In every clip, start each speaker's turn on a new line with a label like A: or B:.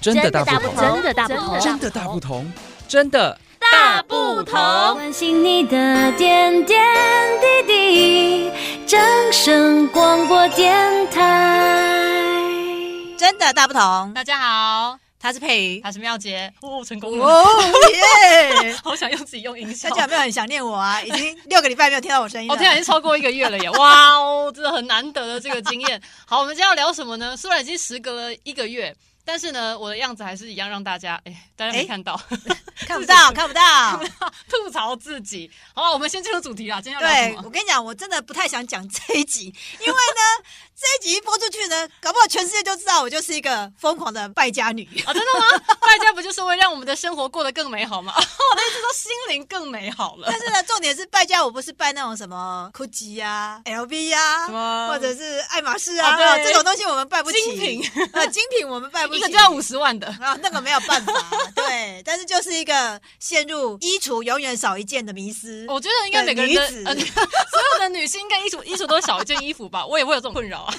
A: 真的大不
B: 不
A: 同，
B: 同
C: 真的大不同，
A: 真的大不同，真的
C: 大不同。
B: 关心你的点点滴滴，掌声广播电台。
D: 真的大不同。
C: 大家好，
D: 他是佩仪，
C: 他是妙杰，哦，成功了，
D: 哦 耶！
C: 好想用自己用音效
D: 大。家有没有很想念我啊？已经六个礼拜没有听到我声音
C: 我
D: 了。
C: 天啊，已经超过一个月了 耶！哇哦，真的很难得的这个经验。好，我们今天要聊什么呢？虽然已经时隔了一个月，但是呢，我的样子还是一样，让大家哎，大家没
D: 哎
C: 看到，
D: 看不到，看不到。
C: 吐槽自己。好了，我们先进入主题啦。今天要聊什
D: 对，
C: 么
D: 我？跟你讲，我真的不太想讲这一集，因为呢， 这一集一播出去呢，搞不好全世界就知道我就是一个疯狂的败 家女。
C: 啊，真的吗？败家不就是为了让我们的生活过得更美好吗？ 我的意思说，心灵更美好 了
D: 但。是呢，重点是败家，我不是败那种什么 GUCCI 啊、LV
C: 什
D: 啊，
C: 么
D: 或者是爱马仕
C: 啊
D: 啊，
C: 对
D: 这种东西我们败不起。
C: 精品
D: 啊，精品我们败 不
C: 一
D: 起。
C: 个就要五十万的，
D: 啊，那个没有办法，对，但是就是一个陷入衣橱永远少一件的迷思。
C: 我觉得应该每个人的
D: 女子
C: 呃， 所有的女性应该衣橱衣橱都少一件衣服吧，我也会有这种困扰 啊。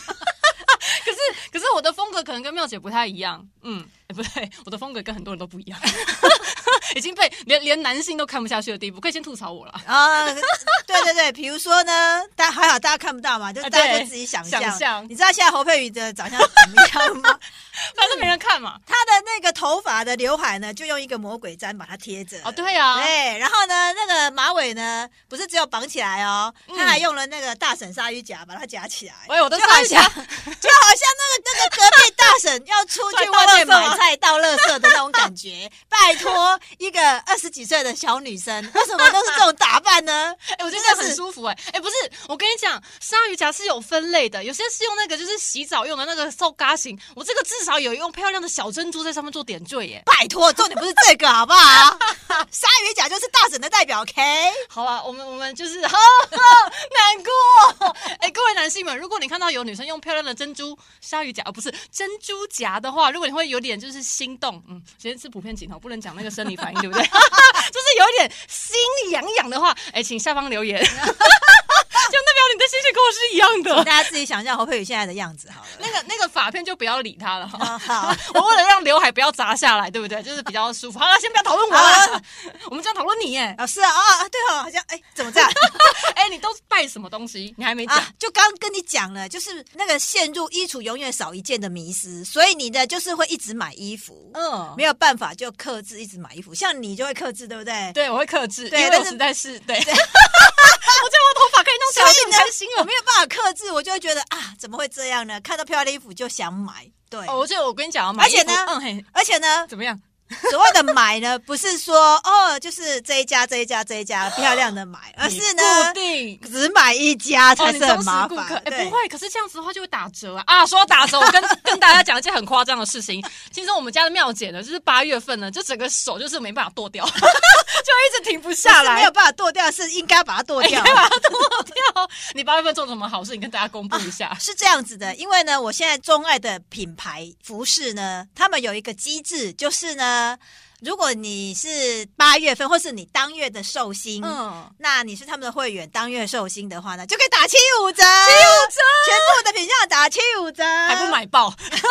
C: 可是，可是我的风格可能跟妙姐不太一样，嗯，欸不对，我的风格跟很多人都不一样， 已经被连连男性都看不下去的地步，可以先吐槽我了。
D: 啊，对对对，比如说呢，大还好大家看不到嘛，就是
C: 啊
D: 大家
C: 对
D: 就自己想
C: 想
D: 象。
C: 象
D: 你知道现在侯佩瑜的长相怎么样吗？
C: 反正没人看嘛。
D: 她的那个头发的刘海呢，就用一个魔鬼毡把它贴着。
C: 哦，对啊，
D: 对，然后呢，那个马尾呢，不是只有绑起来哦，
C: 嗯
D: 他还用了那个大婶鲨鱼夹把它夹起来。
C: 喂，我的
D: 就好
C: 上
D: 像
C: 下
D: 就好像那个那个隔壁大婶要出去外面买菜倒垃圾的那种感觉。拜托，一个二十几岁的小女生，为什么都是这种打扮呢？
C: 哎、我觉得
D: 真
C: 这样
D: 的
C: 很
D: 是
C: 舒服哎、哎、不是，我跟你讲，鲨鱼夹是有分类的，有些是用那个就是洗澡用的那个瘦嘎型，我这个至少有用漂亮的小珍珠在上面做点缀耶、哎
D: 拜托，重点不是这个，好不好？鲨鱼甲就是大婶的代表，OK？
C: 好啊，我们我们就是 好难过。哎、各位男性们，如果你看到有女生用漂亮的珍珠鲨鱼夹，哦，不是珍珠夹的话，如果你会有点就是心动，嗯，其实是普遍镜头，不能讲那个生理反应，对不 对？就是有一点心痒痒的话，哎、请下方留言，就 代表你的心情跟我是一样的。
D: 大家自己想象侯佩宇现在的样子好了。
C: 那个那个发片就不要理他了哈。
D: 啊好，
C: 我为了让刘海不要砸下来，对不对？就是比较舒服。好了，先不要讨论我
D: 好
C: 了，我们这样讨论你耶。
D: 啊是啊啊，对哦，好像哎，怎么这样？
C: 哎、你都拜什么东西？你还没讲。
D: 啊，就刚跟你讲了，就是那个陷入衣橱永远少一件的迷失，所以你的就是会一直买衣服，
C: 嗯
D: 没有办法就克制，一直买衣服。像你就会克制，对不对？
C: 对，我会克制，因
D: 对
C: 为
D: 但
C: 我
D: 是
C: 实在是对。我觉得 我头发可以弄起来，我就很开心啊
D: 我
C: 了。
D: 没有办法克制，我就会觉得啊，怎么会这样呢？看到漂亮的衣服就想买，对。
C: 哦，我觉得我跟你讲啊，买衣服
D: 而且呢
C: 嗯嘿，
D: 而且呢，
C: 怎么样？
D: 所谓的买呢，不是说哦，就是这一家、这一家、这一家漂亮的买，而是呢，
C: 你固定。
D: 只买一家
C: 哦，
D: 才
C: 你
D: 是
C: 忠
D: 很
C: 实
D: 麻
C: 顾
D: 烦
C: 客，。哎，
D: 对
C: 不会，可是这样子的话就会打折啊！啊，说到打折，我跟 跟大家讲一件很夸张的事情。其实我们家的妙姐呢，就是八月份呢，就整个手就是没办法剁掉， 就一直停不下
D: 不是
C: 来
D: 没有。办法剁掉，是应该把它剁掉。
C: 剁掉，你八月份做了什么好事？你跟大家公布一下。
D: 是这样子的，因为呢，我现在钟爱的品牌服饰呢，他们有一个机制，就是呢，如果你是八月份或是你当月的寿星，
C: 嗯，
D: 那你是他们的会员，当月寿星的话呢，就可以打七五折，七五折，全部的品项打七五折，
C: 还
D: 还
C: 不？买爆？ 你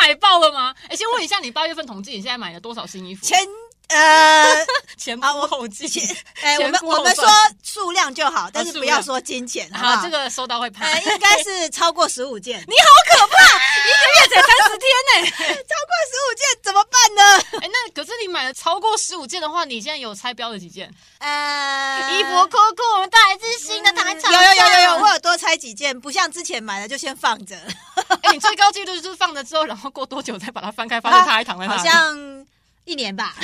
C: 买爆了吗？哎、先问一下，你八月份统计你现在买了多少新衣服？
D: 前 呃，
C: 前
D: 啊
C: 仆
D: 我
C: 后继。
D: 哎、我
C: 前
D: 们
C: 仆后
D: 我们说
C: 算
D: 数量就好，但是
C: 数
D: 不要
C: 量
D: 说金钱，好不
C: 好，
D: 好？
C: 这个收到会拍。
D: 呃，应该是超过十五 件，你
C: 月才三十天呢、
D: 超过十五件怎么办呢？
C: 哎、那可是你买了超过十五件的话，你现在有拆标了几件？
D: 呃，
C: 扣扣，我们带来自新的糖
D: 有有有有有，我有多拆几件，不像之前买的就先放着，
C: 哎、你最高纪录就是放了之后，然后过多久再把它翻开，发现它还躺在那
D: 好
C: 里。
D: 像一年吧。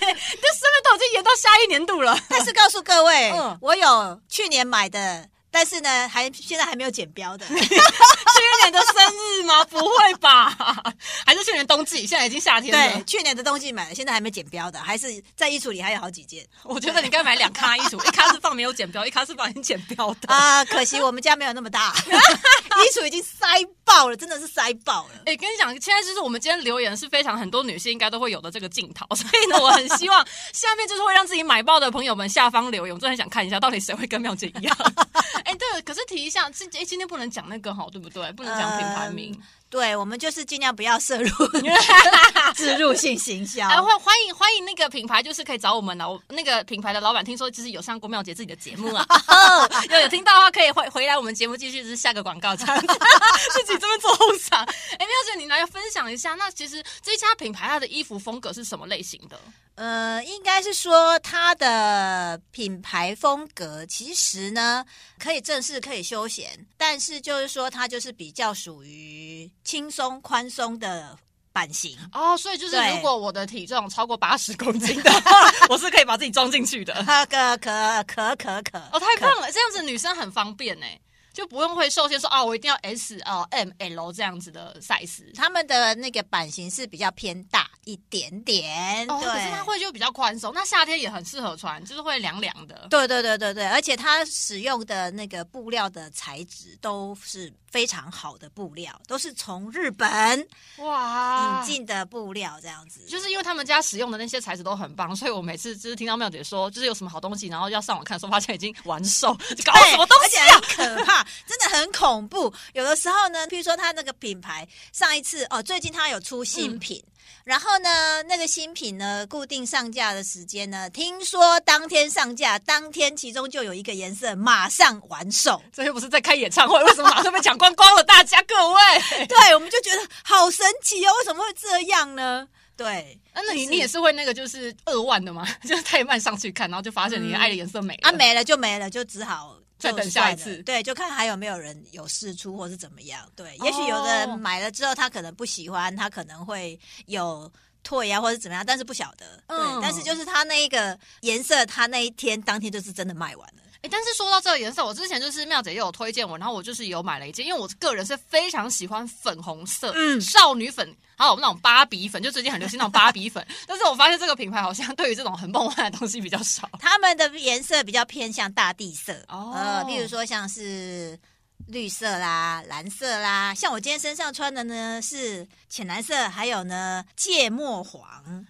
C: 这生日都已经延到下一年度了。
D: 但是告诉各位
C: 嗯，
D: 我有去年买的，但是呢，还现在还没有剪标 的。
C: 去年的生日吗？不会吧？ 还是去年冬季？现在已经夏天
D: 对
C: 了，。
D: 去年的冬季买的，现在还没剪标的，还是在衣橱里还有好几 件
C: 我觉得你该买两咖衣橱，一咖是放没有剪标，一咖是放已经剪标的。
D: 啊、可惜我们家没有那么大， 衣橱已经塞爆了，真的是塞爆了。
C: 哎、跟你讲，现在就是我们今天留言是非常很多女性应该都会有的这个镜头， 所以呢，我很希望下面就是会让自己买爆的朋友们下方留言，我真的很想看一下到底谁会跟妙姐一样。哎、对了，可是提一下，今哎今天不能讲那个哈，对不对？不能讲品牌名，
D: 对，我们就是尽量不要摄入 啊植入性行销。
C: 哎，欢欢迎欢迎那个品牌，就是可以找我们了。我那个品牌的老板听说就是有上郭妙姐自己的节 目啊，有有听到的话可以回回来我们节目继续就是下个广告这样子， 自己这边做后场。哎，妙姐，你来分享一下，那其实这家品牌它的衣服风格是什么类型的？
D: 呃，应该是说它的品牌风格其实呢可以正式，可以休闲，但是就是说它就是比较属于轻松宽松的版型。
C: 哦，所以就是
D: 对
C: 如果我的体重超过八十公斤 的话，我是可以把自己装进去的。
D: 可可可可可可
C: 哦，太棒了，这样子女生很方便呢，欸就不用会受限说啊，我一定要 S 啊 M L 这样子的 size。
D: 他们的那个版型是比较偏大一点点，
C: 哦，可是它
D: 对。
C: 会就比较宽松，那夏天也很适合穿，就是会凉凉的。
D: 对对对对对，而且它使用的那个布料的材质都是非常好的布料，都是从日本
C: 哇
D: 引进的布料，这样子。
C: 啊就是因为他们家使用的那些材质都很棒，所以我每次就是听到妙姐说，就是有什么好东西，然后要上网看的时候，发现已经完售，搞
D: 对
C: 什 么东西啊
D: 哎而？且很可怕，真的很恐怖。有的时候呢，譬如说它那个品牌，上一次哦，最近它有出新品。
C: 嗯
D: 然后呢，那个新品呢，固定上架的时间呢，听说当天上架，当天其中就有一个颜色马上完售。
C: 这又不是在开演唱会，为什么马 上被抢光光了？大家各位，
D: 对，我们就觉得好神奇哦，为什么会这样呢？对，
C: 那你
D: 就是
C: 你也是会那个就是二万的吗？ 就是太慢上去看，然后就发现你爱的颜色没了
D: 啊，没了就没了，就只好
C: 再
D: 就
C: 等下一
D: 算了
C: 次
D: 对，就看还有没有人有试出或是怎么样。对，
C: 哦
D: 也许有的人买了之后，他可能不喜欢，他可能会有退啊，或者怎么样，但是不晓得。对，
C: 嗯
D: 但是就是他那一个颜色，他那一天当天就是真的卖完了。
C: 哎、但是说到这个颜色，我之前就是妙姐也有推荐我，然后我就是有买了一件，因为我个人是非常喜欢粉红色，
D: 嗯
C: 少女粉，还有那种芭比粉，就最近很流行那种芭比粉。但是我发现这个品牌好像对于这种很梦幻的东西比较少。
D: 他们的颜色比较偏向大地色，
C: 哦
D: 呃，例如说像是绿色啦、蓝色啦，像我今天身上穿的呢是浅蓝色，还有呢芥末黄。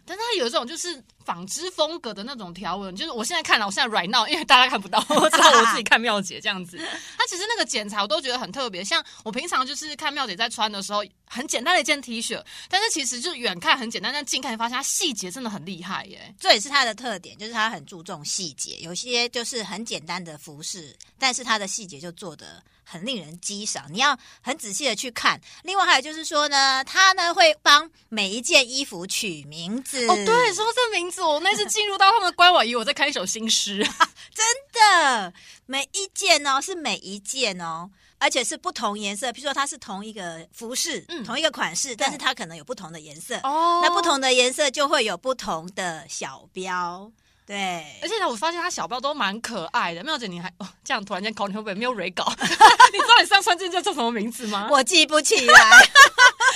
C: 但是它有一种就是纺织风格的那种条纹，就是我现在看了，我现在 right now，因为大家看不到，我只好我自己看妙姐这样子。 它其实那个剪裁我都觉得很特别，像我平常就是看妙姐在穿的时候，很简单的一件 T 恤，但是其实就是远看很简单，但近看发现它细节真的很厉害耶。
D: 这也是它的特点，就是它很注重细节，有些就是很简单的服饰，但是它的细节就做的很令人激赏，你要很仔细的去看。另外还有就是说呢，它呢会帮每一件衣服取名字，
C: 哦，对，说这名字，我那次进入到他们的官网以为我在看一首新诗，
D: 的，每一件哦是每一件哦，而且是不同颜色，比如说它是同一个服饰，
C: 嗯
D: 同一个款式，但是它可能有不同的颜色，
C: 哦
D: 那不。同的颜色就会有不同的小标，对，
C: 而且呢，我发现他小包都蛮可爱的。妙姐，你还、哦、这样突然间考你会不会没有蕊稿？ 你知道你上穿这件叫什么名字吗？
D: 我记不起来。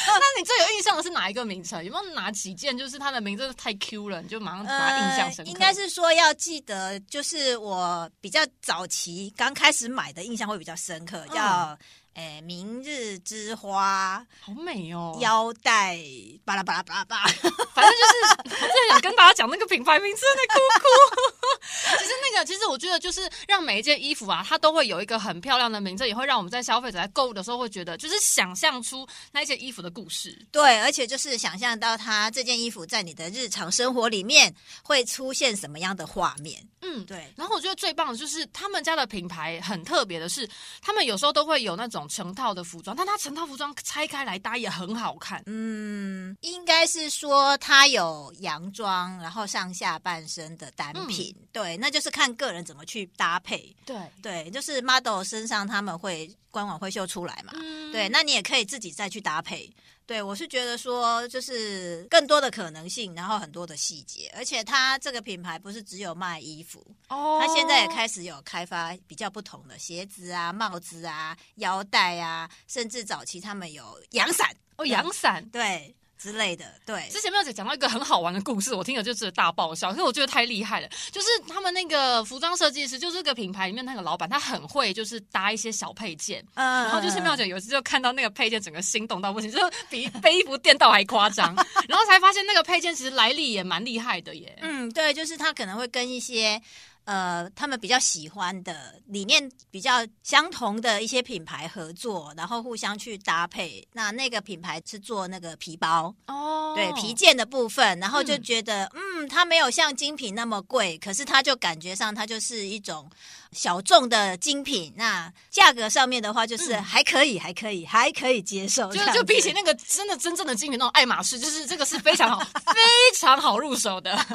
C: 那你最有印象的是哪一个名称？有没有哪几件就是它的名字太 Q 了，你就马上把它印象深刻？
D: 呃应该是说要记得，就是我比较早期刚开始买的印象会比较深刻，
C: 嗯
D: 叫诶、明日之花》
C: 好美哦，
D: 腰带巴拉巴拉巴拉巴拉，
C: 反正就是我真的想跟大家讲那个品牌名字，那哭哭。 其实那个，其实我觉得就是让每一件衣服啊，它都会有一个很漂亮的名字，也会让我们在消费者在购物的时候会觉得，就是想象出那件衣服的故事。
D: 对，而且就是想象到它这件衣服在你的日常生活里面会出现什么样的画面，
C: 嗯。
D: 对。
C: 然后我觉得最棒的就是他们家的品牌很特别的是，他们有时候都会有那种成套的服装，但它成套服装拆开来搭也很好看。
D: 嗯，应该是说它有洋装，然后上下半身的单
C: 嗯
D: 品，对，那就是看个人怎么去搭配。
C: 对，
D: 对，就是 model 身上他们会官网会秀出来嘛，
C: 嗯
D: 对，那你也可以自己再去搭配。对我是觉得说，就是更多的可能性，然后很多的细节，而且它这个品牌不是只有卖衣服，
C: 哦
D: 它现在也开始有开发比较不同的鞋子啊、帽子啊、腰带啊，甚至早期他们有阳伞，
C: 哦，阳伞。
D: 对之类的，对。
C: 之前妙姐讲到一个很好玩的故事，我听了就真的大爆笑，可是我觉得太厉害了。就是他们那个服装设计师，就是这个品牌里面那个老板，他很会就是搭一些小配件。
D: 嗯
C: 然后就是妙姐有一次就看到那个配件，整个心动到不行，就是比被衣服电到还夸张。
D: 嗯
C: 然后才发现那个配件其实来历也蛮厉害的耶。
D: 嗯，对，就是它可能会跟一些呃他们比较喜欢的理念比较相同的一些品牌合作，然后互相去搭配。那那个品牌是做那个皮包，
C: 哦，
D: 对皮件的部分，然后就
C: 嗯
D: 觉得嗯它没有像精品那么贵，可是它就感觉上它就是一种小众的精品。那价格上面的话，就是还可以，还可以，还可以接受这
C: 嗯就
D: 样子，
C: 就比起那个真的真正的精品那种爱马仕，就是这个是非常好非常好入手的。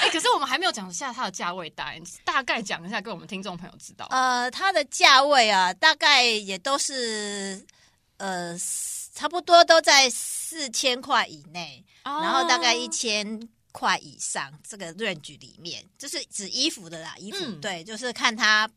C: 哎、可是我们还没有讲下它的价位带，你大概讲一下给我们听众朋友知道。
D: 呃，它的价位啊，大概也都是呃，差不多都在四千块以内，
C: 哦
D: 然后大概一千块以上这个 range 里面，就是指衣服的啦，衣服、
C: 嗯
D: 对，就是看它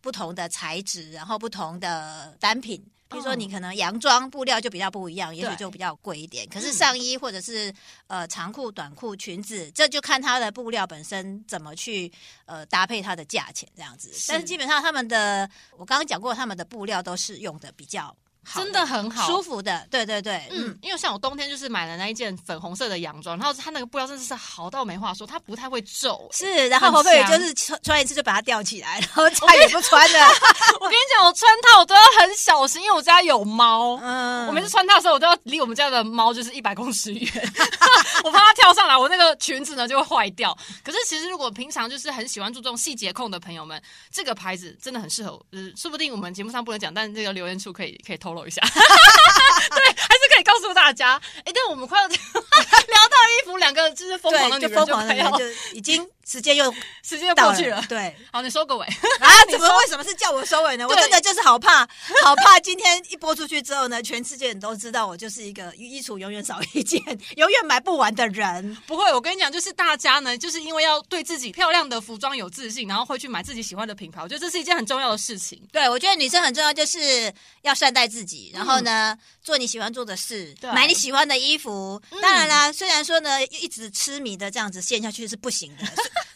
D: 不同的材质，然后不同的单品。比如说，
C: 哦
D: 你可能洋装布料就比较不一样，也许
C: 对
D: 就比较贵一点。可是
C: 嗯
D: 上衣或者是呃长裤、短裤、裙子，这就看它的布料本身怎么去呃搭配它的价钱这样子。
C: 是
D: 但是基本上他们的，我刚刚讲过，他们的布料都是用的比较好
C: 真的很好，
D: 舒服的，对对对，
C: 嗯
D: 嗯，，
C: 因为像我冬天就是买了那一件粉红色的洋装，然后它那个布料真的是好到没话说，它不太会皱。
D: 是。然后侯
C: 很
D: 佩宇
C: 香
D: 就是穿穿一次就把它吊起来， 然后再也不穿了。
C: 我跟你讲，我穿它我都要很小心，因为我家有猫。
D: 嗯
C: 我每次穿它的时候，我都要离我们家的猫就是一百公尺远， 我怕它跳上来，我那个裙子呢就会坏掉。可是其实如果平常就是很喜欢注重细节控的朋友们，这个牌子真的很适合我。呃，说不定我们节目上不能讲，但这个留言处可以 可以透 露一下。对，还是可以告诉大家。哎、但我们快要 聊到衣服，两个就是疯狂的
D: 对，
C: 女人
D: 就疯狂
C: 快
D: 的人
C: 要
D: 就已 经时间又
C: 时间就
D: 到
C: 过去了。
D: 对。
C: 好，你收个尾。
D: 啊，怎么为什么是叫我收尾呢？我
C: 对
D: 真的就是好怕，好怕今天一播出去之后呢，全世界人都知道我就是一个衣橱永远少一件、 永远买不完的人。
C: 不会，我跟你讲，就是大家呢，就是因为要对自己漂亮的服装有自信，然后会去买自己喜欢的品牌，我觉得这是一件很重要的事情。
D: 对，我觉得女生很重要，就是要善待自己，然后呢，做你喜欢做的事，
C: 嗯对
D: 买你喜欢的衣服。
C: 嗯
D: 当然啦，虽然说呢，一直痴迷的这样子陷下去是不行的。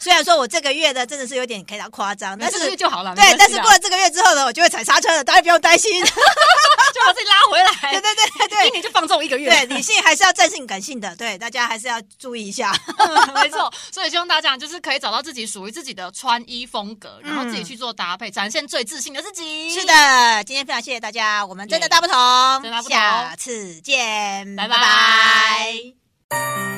D: 虽虽然说我这个月的真的是有点开到夸张，
C: 那
D: 但
C: 这个
D: 是
C: 月就好了，
D: 对，但是过
C: 过
D: 了这个月之后呢，我就会踩刹车了，大家不用担心。
C: 就把自己拉回来。
D: 对对对对对
C: 一。年就放纵一个月。
D: 对，理性还是要战胜感性的，对，大家还是要注意一下。
C: 嗯没错。所以希望大家就是可以找到自己属于自己的穿衣风格，然后自己去做搭配，展现最自嗯信的自己。
D: 是，的，今天非常谢谢大家，我们真的大不同，
C: 真的大不同
D: 下次见，
C: 拜
D: 拜拜
C: 拜